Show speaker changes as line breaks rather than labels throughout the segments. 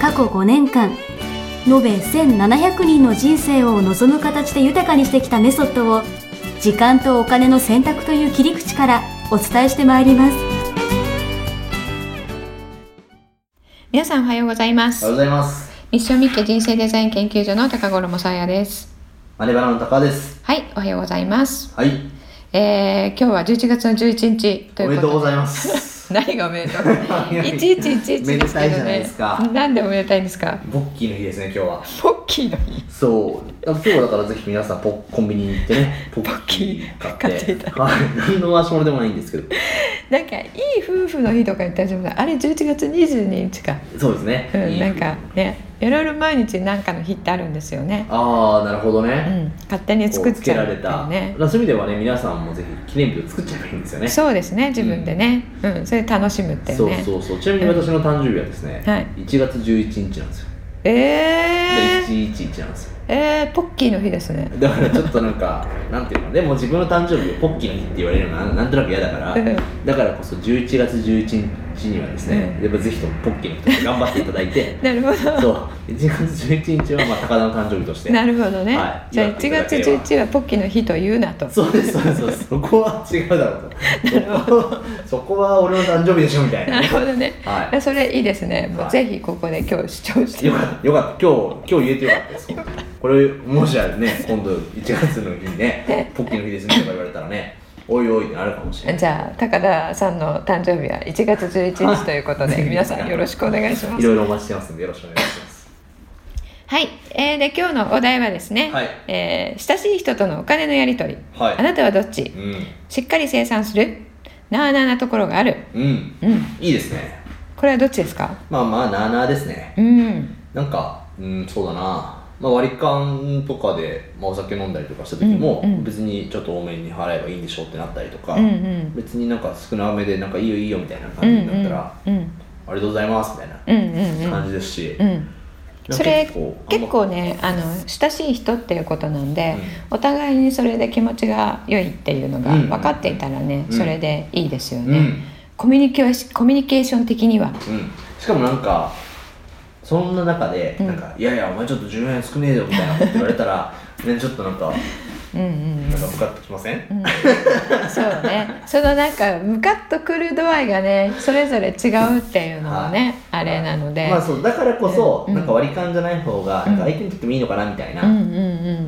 過去5年間延べ1700人の人生を望む形で豊かにしてきたメソッドを時間とお金の選択という切り口からお伝えしてまいります
皆さんおはようございま
おはよ
す
うございます。
ミッションミッケ人生デザイン研究所の高頃もさやです
マネバラの高です。
はいおはようございます、
はい。
えー、今日は11月の11日と
お
いうこと
めでとうございますす。
何がおめでとういちいちいちいち
め
で
ですた
け
いじ
ど
ゃない
ね
ですか。
なんでおめでたいんですか
ポッキーの日ですね、今日は。
ポッキーの日
そう。だ今日はだからぜひ皆さんポコンビニに行っ てね、ポッキー買って。
買っていた
はい。 何の足もでもないんですけど。
なんかいい夫婦の日とか言ったらでもあれ11月22日か
そうですね。
うん
いい
なんかねいろいろ毎日なんかの日ってあるんですよね
ああ、なるほど
う
ね。
ん勝手に
こ
作っ
うつ
ち
け
ゃ
ら
う
れ
ってい
た。
うね
そういう意味ではね、皆さんもぜひ記念日を作っちゃえばいいんですよね。
そうですね自分でね、うんそれ楽しむっていう
そう
ね
そうそう。ちなみに私の誕生日はですね、
はい
1月11日なんですよ。
えー、
111なんですよ。
えー、ポッキーの日ですね
だからちょっとなんかなんていうのでも自分の誕生日をポッキーの日って言われるのはなんなんとなく嫌だから、
うん
だからこそ11月11日にはですね、
う
やっぱぜひともポッキーの日として頑張っていただい て
なるほど
そう1月11日はまあ高田の誕生日として
なるほどね、
はい
じゃあ
やっ
1
ていただ
月
ければ
11日はポッキーの日と言うなと
そうですそうですそ うですそこは違うだろうとそこはそこは俺の誕生日でしょみたいな
なるほどね、
はい
それいいですね、も
は
う
い
ぜひここで今日主張して
よかったよかった今日今日言えてよかったですこれもしあれね今度1月の日にねポッキーの日ですねとか言われたらねおいおいってなるかもしれない
じゃあ高田さんの誕生日は1月11日ということで皆さんよろしくお願いしま
い
す
ろいろお待ちしてますんでよろしくお願いします。
はい、えーで今日のお題はですね、
はい
えー親しい人とのお金のやり取り、
はい
あなたはどっち
うん、
しっかり生産するなあなあなところがある
うん、
うん
いいですね。
これはどっちですか
まあまあなあなあですね。
うん
なんか、うん、そうだな。まあ割り勘とかで、まあ、お酒飲んだりとかした時も、
うんうん
別にちょっと多めに払えばいいんでしょうってなったりとか、
うんうん
別になんか少なめでなんかいいよいいよみたいな
う
感
ん
じになったら、
うんうん
ありがとうございますみたいな
うんうんうん
感じですし、
うん
なん
そ
か
れ
あん
結
ま
構ねあの親しい人っていうことなんで、お互いにそれで気持ちが良いっていうのが
うん
分かっていたらね、
うん
それでいいですよ
うん、
ね、
うん
コミュニケーシコミュニケーション的には
うん、しかもなんかそんな中で、
うん
なんか「いやいやお前ちょっと10円少ねえよ」みたいなこと言われたら ねちょっとなんか
うんうん
なんかムカッときません、
うんそう ねそのなんかムカッとくる度合いがねそれぞれ違うっていうのもね、あれなので、
まあそうだからこそ、
うん
なんか割り勘じゃない方が、なんか相手にとってもいいのかなみたいな
うんうんう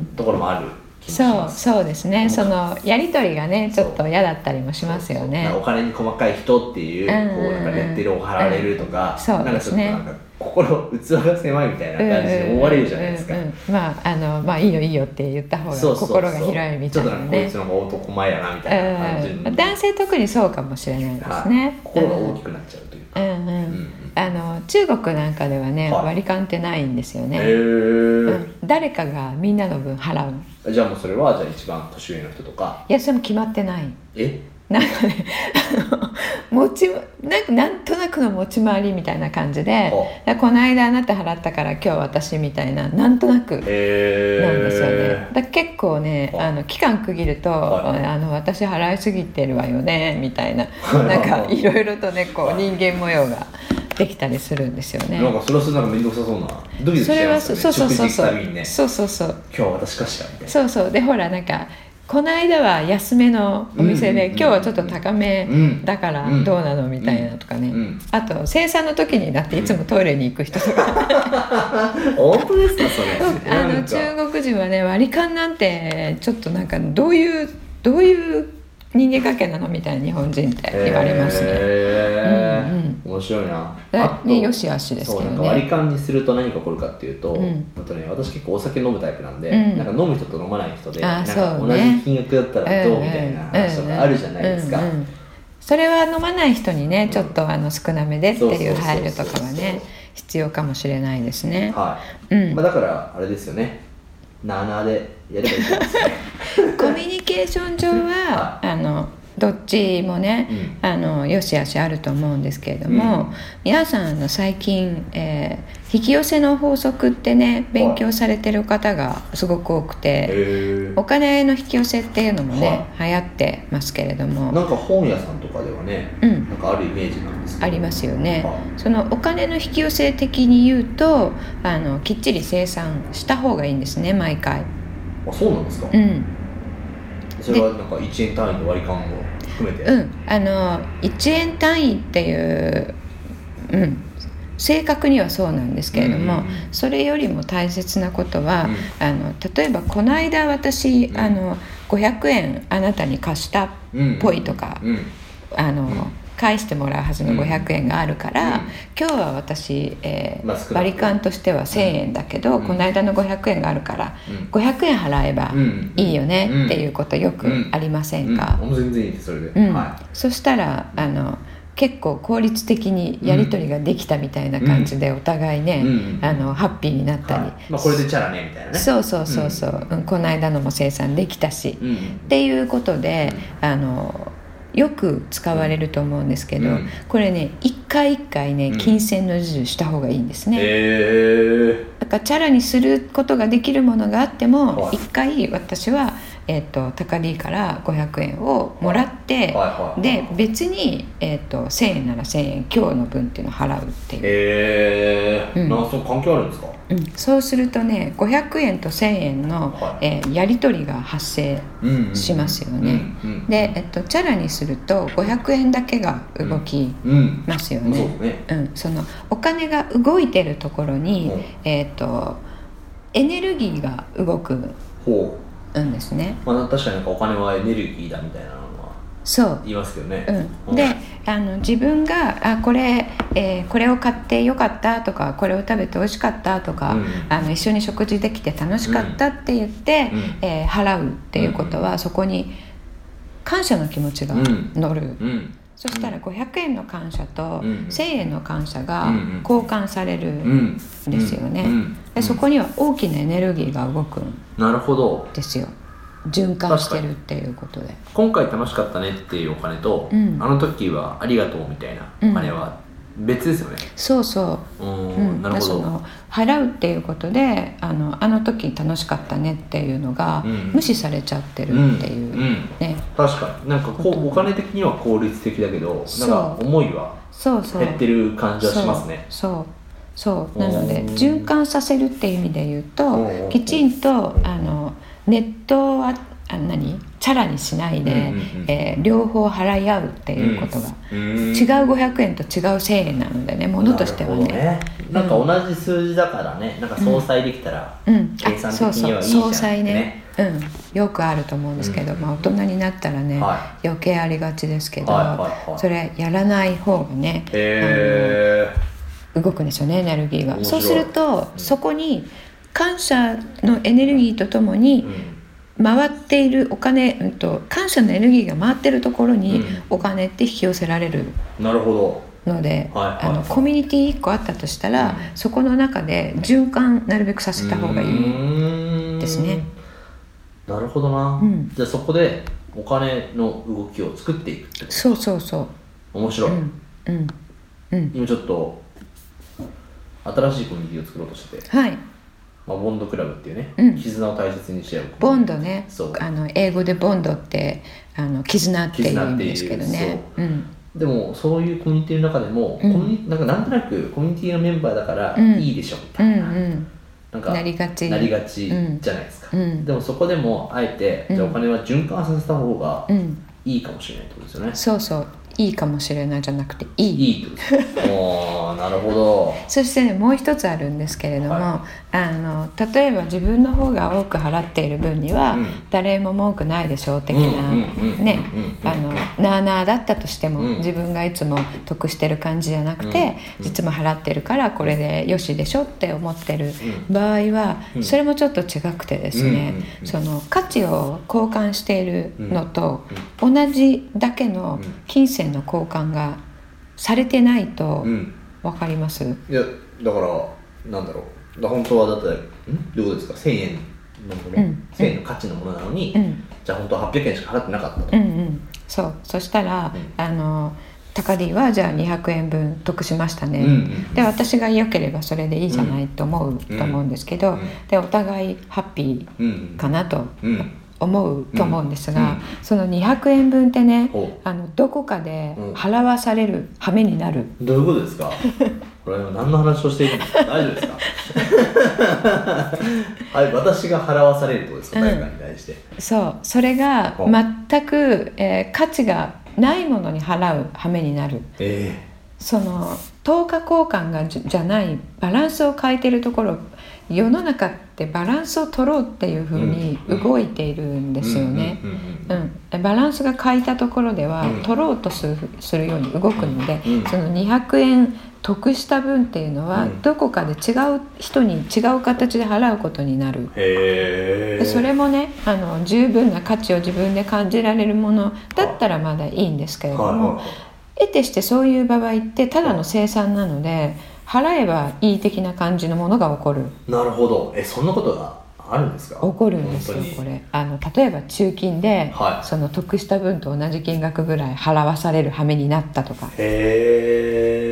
ん
ところもある気もし
そ
ま
う
す、
そうですね
うん
そのやり取りがねちょっと嫌だったりもしますよね
なんかお金に細かい人っていう,、
うん
こうなんかレッテルを貼られるとか、
うんうん
なんかちょ
そうです
っと
ね
なんか心器が狭いみたいな感じで思われるじゃないですか、
うんうんうんまああのまあいいよいいよって言った方が
そうそうそう
心が広いみ
ち
た
ょっ
い
と
な
なんかこい
ね
つ。の方が男前やなみたいな感じ
うん男性特にそうかもしれないです
はい
ね。
心が大きくなっちゃうというか、
うんうんう
うんん
あの中国なんかではね、
はい
割り勘ってないんですよ
へえ
ね。うん誰かがみんなの分払う。
じゃあもうそれはじゃあ一番年上の人とか
いやそれも決まってない。
え
なんかね、 あの持ちなんかなんとなくの持ち回りみたいな感じで
ほう、
だからこの間あなた払ったから今日私みたいななんとなく
へ
なんですよね
え。
だから結構ね、
はい
あの期間区切ると、
はい
あの私払いすぎてるわよねみたいな、
い
なんかいろいろとね、こう
はい
人間模様ができたりするんですよね。
なんかそれはそれなんか面倒くさそうなドキドキし
そ
ちゃ
れ
いま
は
す
そ
よ
うそ
ね
うそうそう
食事行
そ
くたびにね
うそうそうそう
今日は私かしらみたいな
そうそうでほらなんかこの間は安めのお店で、
うんうんうんうん
今日はちょっと高め
うん
だから
うん
どうなのみたいなとかね、
うん
あと生産の時になっていつもトイレに行く人とか
本当ですかそれ
あの中国人はね割り勘なんてちょっとなんかどういうどういう人間関係なのみたいな日本人って言われますね。
へ
うん
え面白いな
だ
あと
ねよしあしです
そ
けど
うなんか割り
ね。
勘にすると何が起こるかっていうと、
うん
あとね私結構お酒飲むタイプなんで、
うん
なんか飲む人と飲まない人で
あ
な
ー
んか
そう
同
ね
じ金額だったらどうみたいな話とかあるじゃないですか、
うんうんうんうんそれは飲まない人にねちょっとあの少なめでっていう
そうそうそうそう
配慮とかはね必要かもしれないですね。
はい、
うん
まあ、だからあれですよね7でやればいいんですね
コミュニケーション上はあのどっちもね、あのよし悪しあると思うんですけれども、
うん
皆さんあの最近、えー引き寄せの法則ってね勉強されてる方がすごく多く
へ
て、
え
お金の引き寄せっていうのもね、流行ってますけれども
なんか本屋さんとかではね
うん
なんかあるイメージなんですけど
ありますよね
は。
そのお金の引き寄せ的に言うとあのきっちり生産した方がいいんですね毎回。
あそうなんですか、
うん
それはなんか1円単位の割り勘も含めて、
うん、あの1円単位っていう、うん、正確にはそうなんですけれども、
うん
それよりも大切なことは、
うん
あの例えばこの間私、
うん
あの500円あなたに貸したっ
うん
ぽいとか、
うん
あの返してもらうはずの
うん
500円があるから、
うん
今日は私、えー
まあ少なく
割り勘としては1,000円だけど、
うん
この間の500円があるから
うん
500円払えば
うん
いいよねっていううことよくありません
ん
か、
うん、全然いいですそれで、
うん
は
そしたらあの結構効率的にやり取りができたみたいな感じでお互い
い、
ね、
うん
あのハッピーになっ
は
た
い
り、
まあ、これでチャラねみたいなねう、
そうそうそうそう、うんこの間のも生産できたし、
う
っ
ん、
ていうことであのよく使われると思うんですけど、
うん
これね一回一回ね
うん
金銭の授受した方がいいんですね。
へえ
だからチャラにすることができるものがあっても
はい
一回私は、えっと高 D から500円をもらって、
はいはい
で別に、えっと1,000円なら1,000円今日の分っていうのを払うっていう、
へえ
うん
なんかその関係あるんですか
うんそうするとね500円と1,000円の、
はい
えーやり取りが発生
うんうん
しますよね、
うんうん、
で、えっとチャラにすると500円だけが動き
うん、
ますよ
そう
ね、
ですね
うん、そのお金が動いてるところに、
うん
えっ、とエネルギーが動く
ほ
んですね。
う、まあ、確かになんかお金はエネルギーだみたいなのは
そう、
言いますけどね、
うん、であの自分があこれ、えーこれを買ってよかったとかこれを食べて美味しかったとか、
うん
あの一緒に食事できて楽しかったって言って、
うん
えー払うっていうことは、そこに感謝の気持ちが
うん
乗る。
うん
そしたら500円の感謝と
うん
1,000円の感謝が
うんうん
交換される
うん
んですよね
うんうん。
でそこには大きなエネルギーが動くん
なるほど
ですよ循環してるっていうことで。
今回楽しかったねっていうお金と、
うん
あの時はありがとうみたいなお金は別ですよね、
そうそう
うーん、
うん、
なるほ
そ
ど
の払うっていうことであのあの時楽しかったねっていうのが、
うん
無視されちゃってる
うん
っていう、
うん
ね
確かになんかこうお金的には効率的だけど
そ
なん
う
か思いは
そうそう
減ってる感じはしますね
そうそうそうなので
おー
循環させるっていう意味で言う
おー
ときちんと
うん
あのネットはあ何チャラにしないで、
うんうんうん
えー両方払い合うっていうことが、
うん
違う500円と違う1,000円なのでねものとしてはね
なるほどねなんか同じ数字だからねなんか相殺できたら
うん、
計算的にはいいじゃん
そうそう総裁ね
ね
うん、よくあると思うんですけど、
うん
まあ、大人になったらね、
は
余計ありがちですけど、
はいはいはい
それやらない方がね、
へえ
あの動くんですよねエネルギー
面
が。
白
そ
いう
すると、そこに感謝のエネルギーとともに、回っているお金、うんと、感謝のエネルギーが回ってるところ
う
に
ん
お金って引き寄せられる
うん、なるほど
ので、
はいはいはい
あのコミュニティ1個あったとしたら、
うん
そこの中で循環なるべくさせた方がいい。
い
ですね
なるほどな、
うん
じゃあそこでお金の動きを作っていくって
そうそうそう
面白い、
うんうんうん
今ちょっと新しいコミュニティを作ろうとしてて、
はい
まあ、ボンドクラブっていうね、
うん
絆を大切にし合う
ボンドね
そう
あの英語でボンドってあの絆ってい
絆っ
う
ていうん
ですけどねうん
でもそういうコミュニティの中でも、
うん
コミュニなんかなんとなくコミュニティのメンバーだから
うん
いいでしょみた
う
い
ん
な、
うん
なんか
なりがち
なりがち
うん
じゃないです
う
か、
ん
でもそこでもあえて、じゃあお金は循環させた方が
うん
いいかもしれないってことですよね、
そうそういいかもしれないじゃなくていい
いいってこと ですねおーなるほど
そしてねもう一つあるんですけれども、
は
あの例えば自分の方が多く払っている分には、
うん
誰も文句ないでしょう的な、
うんうんうん
ね
うん
あのなあなあだったとしても、
うん
自分がいつも得してる感じじゃなくて、いつも払ってるからこれでよしでしょって思ってる場合は、
うん
それもちょっと違くてですね、
うんうんうん
その価値を交換しているのと、同じだけの金銭の交換がされてないと、
うん
わかります
いやだからなんだろうだ本当はだってんどういうことですか1000円のもの、
うん
1000円の価値のものなのに、
うん
じゃあ本当は800円しか払ってなかったと、
うんうんそうそしたら、
うん
あのタカディはじゃあ200円分得しましたね、
うんうん
で私が良ければそれでいいじゃないと思う、
うん
と思うんですけど、
うん
でお互いハッピ
うん
ーかなと
うん
思うと思うんですが、
うん
その200円分ってね
お
あのどこかで
うん
払わされる羽目になる、
どういうことです かこれは何の話をしているんですか大丈夫です かはい私が払わされるってことですか
うん
誰かに対して、
そうそれが
お
全く、えー価値がないものに払う羽目になる
え
その等価交換がじじゃないバランスを変えてるところ世の中ってバランスを取ろうっていうふうに
うん
動いているん
え
ですよね。
うんうんう
うんん、バランスが欠いたところでは、
うん
取ろうとするするように動くので、
うん
その200円得した分っていうのは、
うん
どこかで違う人に違う形で払うことになる、
へえ
でそれもねあの十分な価値を自分で感じられるものだったらまだいいんですけれど
はい
も、
はいはい
得てしてそういう場合ってただの生産なので払えばいい的な感じのものが起こる
なるほどえそんなことがあるんですか
起こるんですよ
本当に
これあの例えば中金で、
はい
その得した分と同じ金額ぐらい払わされる羽目になったとか、
へ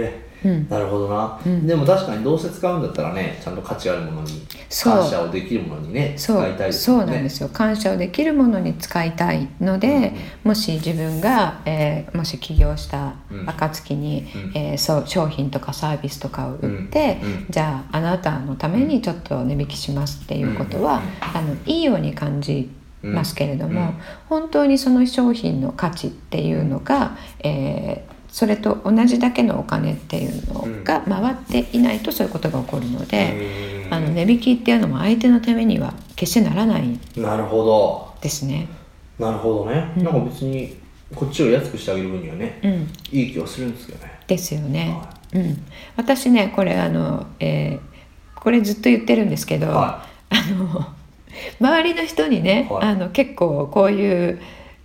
え
うん、
なるほどな、
うん
でも確かにどうせ使うんだったらねちゃんと価値あるものに
そう
感謝をできるものにね使
そ
いたいで
う
す
そ
よね
うなんですよ感謝をできるものに使いたいので、もし自分が、えーもし起業した
うん
暁に、
うん
えーそう商品とかサービスとかを売って、
うんうん
じゃああなたのためにちょっと値引きしますっていうことは、あのいいように感じますけれども、
うんうん
本当にその商品の価値っていうのが、えーそれと同じだけのお金っていうのが回っていないとそういうことが起こるので。
へー
あの値引きっていうのも相手のためには決してならない
なるほど
ですね。
なるほどね、
うん
なんか別にこっちを安くしてあげる分にはね
うん、
いい気はするんですけどね
ですよね。うん、私ねこれあの、えーこれずっと言ってるんですけど、
は
あの周りの人にね、
はい
あの結構こういう、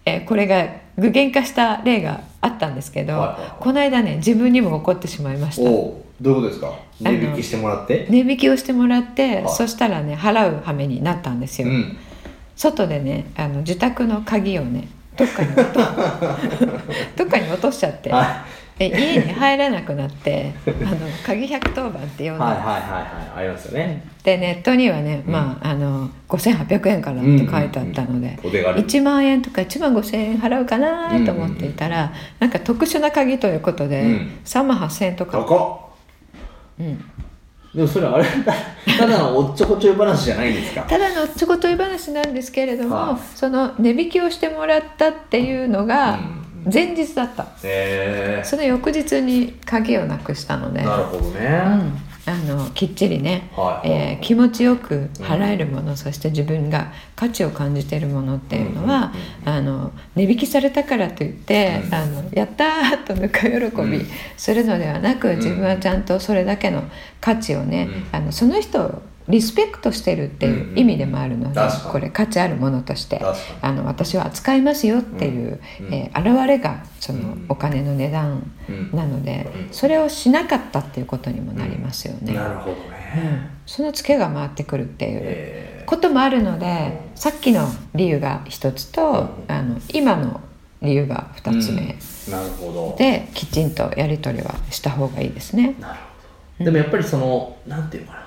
えーこれが具現化した例があったんですけど、
はいはいはい
この間ね自分にも起こってしまいまし
お
た。
おうどういうことですか
の
値引きしてもらって
値引きをしてもらって、
はい
そしたらね払う羽目になったんです
う
よ。
ん
外でねあの自宅の鍵をねどっかに 落とどっかに落としちゃって
は
で家に入らなくなってあの鍵百1番って呼ん
いはいはい
だ
はいはいありますよね、
でネットにはね、
うん
まあ、あの5800円からって書いてあったので、
お手軽
1万円とか1万5000円払うかなと思っていたら、なんか特殊な鍵ということで、
うん
3万8000円とか、
高っ
うん
でもそれあれたただのおっちょこちょい話じゃない んですか
ただのおっちょこちょい話なんですけれども、
はい
その値引きをしてもらったっていうのが
うん
前日だった。
へ
その翌日に鍵をなくしたので、
え
うん、
なる
あ
ほどね、
のきっちりね、
はい
えー気持ちよく払えるもの、そして自分が価値を感じているものっていうのは、あの値引きされたからといって、
うん
あのやったーとぬか喜
う
び
ん
するのではなく、
ん
自分はちゃんとそれだけの価値をね、
う
あ
ん
のその人をリスペクトしてるっていう意味でもあるので、
うん確かに
これ価値あるものとして
確か
あの私は扱いますよっていう、
うん
えー現れがその、
うん
お金の値段
うん
なので、
うん
それをしなかったっていうことにもなりますよね、
なるほどね、
そのツケが回ってくるっていう
え
こともあるのでさっきの理由が一つと、
うん
あの今の理由が
え
二つ目、
うんなるほど
できちんとやり取りはした方がいいですね。
なるほどでもやっぱりそのなんていうのかな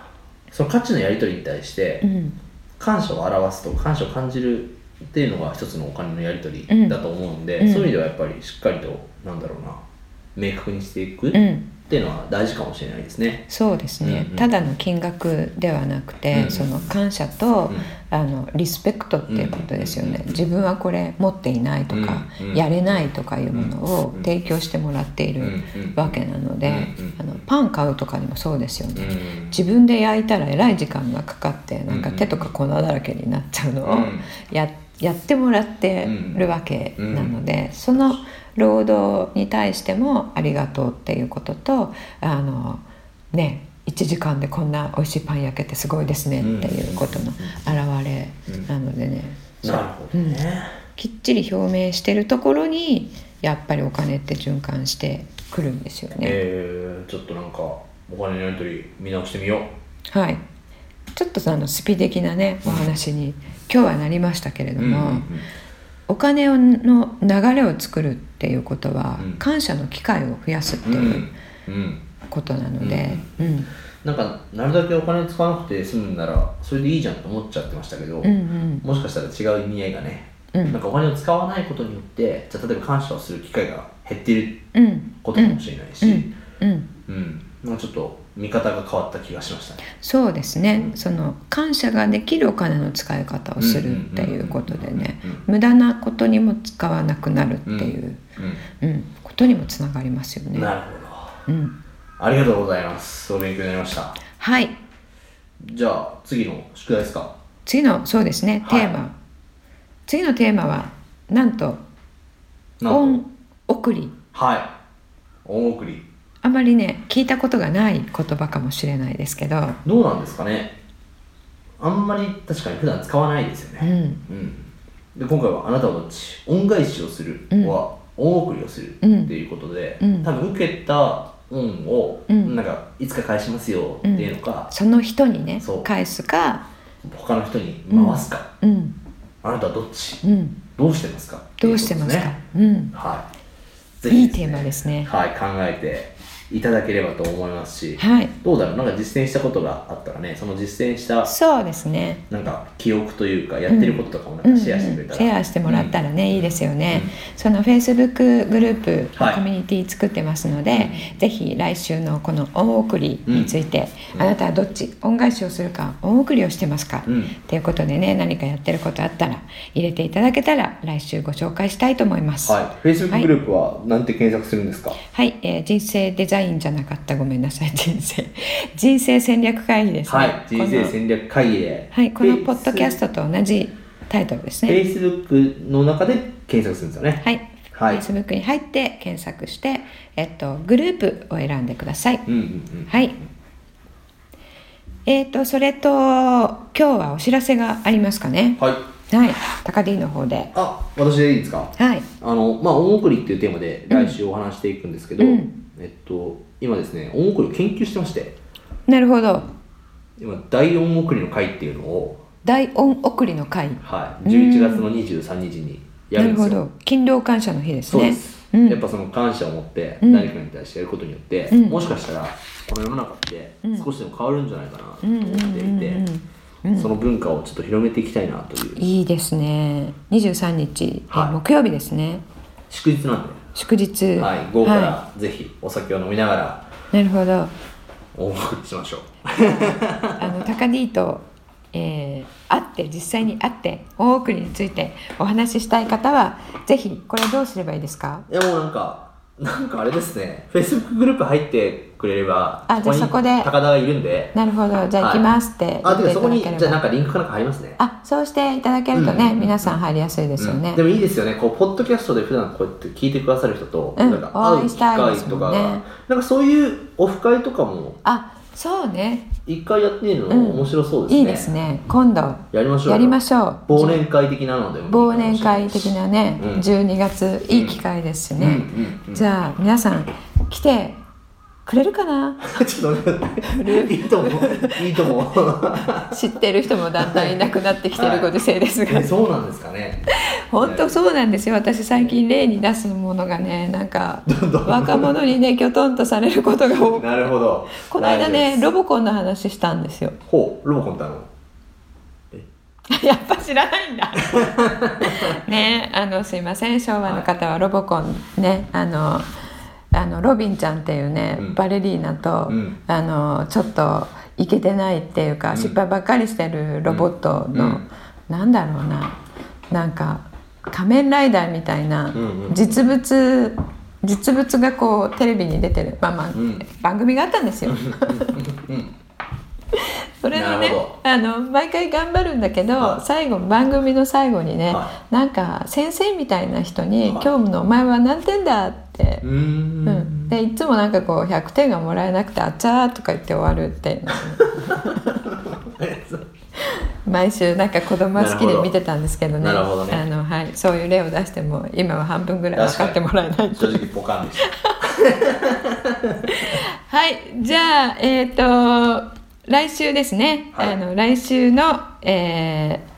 その価値のやり取りに対して
うん
感謝を表すと感謝を感じるっていうのが一つのお金のやり取
うん
りだと思うんで、
うん
そういう意味ではやっぱりしっかりとなんだろうな明確にしていくっ
うん
ていうのは大事かもしれないですね、
そうですね、
うんうん
ただの金額ではなくて、
うんうん
その感謝と、
うん
あのリスペクトっていうことですよね、
うんうんうん
自分はこれ持っていないとか、
うんうん
やれないとかいうものを提供してもらっている
うんうん
わけなので、
うんうん
あのパン買うとかでもそうですよね、
うん
自分で焼いたらえらい時間がかかってなんか
うんうん
手とか粉だらけになっちゃうのを
うん
や,、やってもらってるわけなので、その労働に対してもありがとうっていうこととあのね1時間でこんな美味しいパン焼けてすごいですねっていうことの表れなのでね、
なるほどね、
きっちり表明してるところにやっぱりお金って循環してくるんですよね。
えー、ちょっとなんかお金のやり取り見直してみよう
はいちょっとそのスピ的なねお話に今日はなりましたけれど
うんうん
も、
うん
お金をの流れを作るっていうことは、
うん
感謝の機会を増やすって
うん
いう
うん
ことなので、うん
なんかなるだけお金使わなくて済むんならそれでいいじゃんと思っちゃってましたけ
う
ど、
んうん
もしかしたら違う意味合いがね、
うん
なんかお金を使わないことによってじゃあ例えば感謝をする機会が減っている
うん
ことかもしれないし、
うんうん
うん、なんかちょっと見方が変わった気がしましたね。
そうですね、
うん
その感謝ができるお金の使い方をするっていうことでね
うんうんうん
無駄なことにも使わなくなるっていう、うんことにもつながりますよ
うん、
ね。
なるほど。
うん、
ありがとうございます。お勉強になりました。
はい
じゃあ次の宿題ですか。
次のそうですね、
はい
テーマ次のテーマはなんと
なんと
恩送り
はい。恩送り。
あまりね聞いたことがない言葉かもしれないですけど、
どうなんですかね。あんまり確かに普段使わないですよ
う
ね。
ん
うん。で今回はあなたはどっち恩返しをする
うん
は恩送りをするって
うん
いうことで、
うん
多分受けた恩を、
うん
なんかいつか返しますよっていうのか、
その人にね
そう
返すか、
他の人に回すか、
うん
あなたはどっち
うん、
どうしてますか
どうしてます
って
か
いうこ
うん
とですねはいぜひ
いい
です
テ
ね
ーマですね。
はい、考えていただければと思いますし、
はい、
どうだろう、なんか実践したことがあったらね、その実践した
そうですね。
なんか記憶というか、やってることとかもな
うんんう
か
ん
シ
シ
ェアしてくれたら、
ェアしてもらったらね、いいですよね、
うん
そのフェイスブックグループ、
はい
コミュニティ作ってますので、ぜひ来週のこの恩送りについて、あなたはどっち恩返しをするか恩送りをしてますか、
うん
っていうことでね何かやってることあったら入れていただけたら来週ご紹介したいと思います。
はい、Facebook グループはなんて検索するんですか、
はい、えー人生デザインじゃなかったごめんなさい 人生人生戦略会議ですね。
はい、人生
この
戦略会議で、
はいこのポッドキャストと同じタイトルですね。
Facebook の中で検索するんですよね。
はい。
はい
Facebook に入って検索して、えっと、グループを選んでください。
うんうんうん、
はい。えっ、と、それと、今日はお知らせがありますかね。
はい、
はい。高 D の方で。
あ私でいいですか
はい。
あの、まあ、恩送りっていうテーマで来週お話していくんですけど、
うん
えっと、今ですね、恩送りを研究してまして、
なるほど。
今、大恩送りの会っていうのを、
大恩送りの会。
はい、11月の23日にや
な
るん
る
です
ほ
よ。
ど。勤労感謝の日です
そう
ね。
です、
うん
やっぱその感謝を持って
うん
誰かに対してやることによって、
うん
もしかしたらこの世の中って
うん
少しでも変わるんじゃないかなと
うん
思
うん
って
うん
いて、
うんうん
その文化をちょっと広めていきたいなという
いいですね。23日、え
はい
木曜日ですね。
祝日なん
祝日。
で、はい、午後か
は
らぜひお酒を飲みながら
いなるほど。
お送りしましょう。
あの高 D と、えー会って実際に会って大送りについてお話ししたい方はぜひこれどうすればいいですか
いやもうなんか、なんかあれですね、Facebook グループ入ってくれれば、
あじゃあそこで
高田がいるんで、
なるほどじゃあ行
はい
きますって言
あ、
ってて
か
い
そ
た
こ
だ
に、
けれ
じゃあ
ば
なんかリンクかなんか入りますね。
あそうしていただけると
うんうん
ね
うん
皆さん入りやすいですよ
う
ね
んでもいいですよね、こうポッドキャストで普段こうやって聞いてくださる人と、
うん
なんか会う機会
お会いしたいです
と
も
か
んね
なんかそういうオフ会とかも
あそうね
一回やってみるの
うん
面白そうですね。
いいですね今度
やりましょうよ。
やりましょう
忘年会的なのでもいいかも
忘
しれない
年
し
会的なね
うん
12月いい機会ですし
うん
ね
うんうん、
じゃあ皆さん来てくれるかな
ちょっと待っていいと思う。 いいと思う。
知ってる人もだんだんいなくなってきてるご時世ですが、
えそうなんですかね。
本当そうなんですよ私最近例に出すものがねなんか
どん
若者にねきょとんとされることが 多く
なるほど。
この間
大丈夫で
ね
す
ロボコンの話したんですよ
ほう、ロボコンってあるの
やっぱ知らないんだ ねあのすいません昭和の方はロボコンねあのあのロビンちゃんっていうね、
うん
バレリーナと、
うん
あのちょっといけてないっていうか、
うん
失敗ばっかりしてるロボットの、
うん
なんだろうななんか仮面ライダーみたいな
うんうん
実物、実物がこうテレビに出てる、まあまあ
ん
番組があったんですよ。 それの
な
ね
るほ
あの毎回頑張るんだけど、
はい
最後番組の最後にね、
は
なんか先生みたいな人に「
はい
今日のお前は何点だ?」って
う、ーん
うん でいつもなんかこう100点がもらえなくて「あちゃー」とか言って終わるっていうのをね毎週なんか子供は好きで見てたんですけどね
なるほどね
あの、はい、そういう例を出しても今は半分ぐらい分かってもらえない
正直ポカンでした。
はいじゃあえっ、と来週ですね、
はい
あの来週の、えー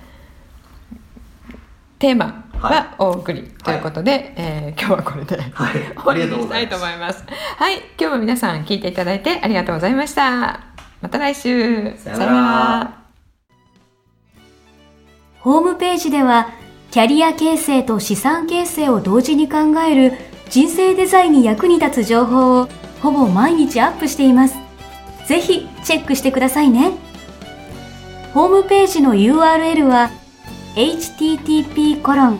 テーマはお送りということで、えー今日はこれで、
はい
終わりにしたいと思いますはい今日も皆さん聞いていただいてありがとうございましたまた来週
さよなら
ホームページでは、キャリア形成と資産形成を同時に考える人生デザインに役に立つ情報をほぼ毎日アップしています。ぜひチェックしてくださいね。ホームページの URL は http コロン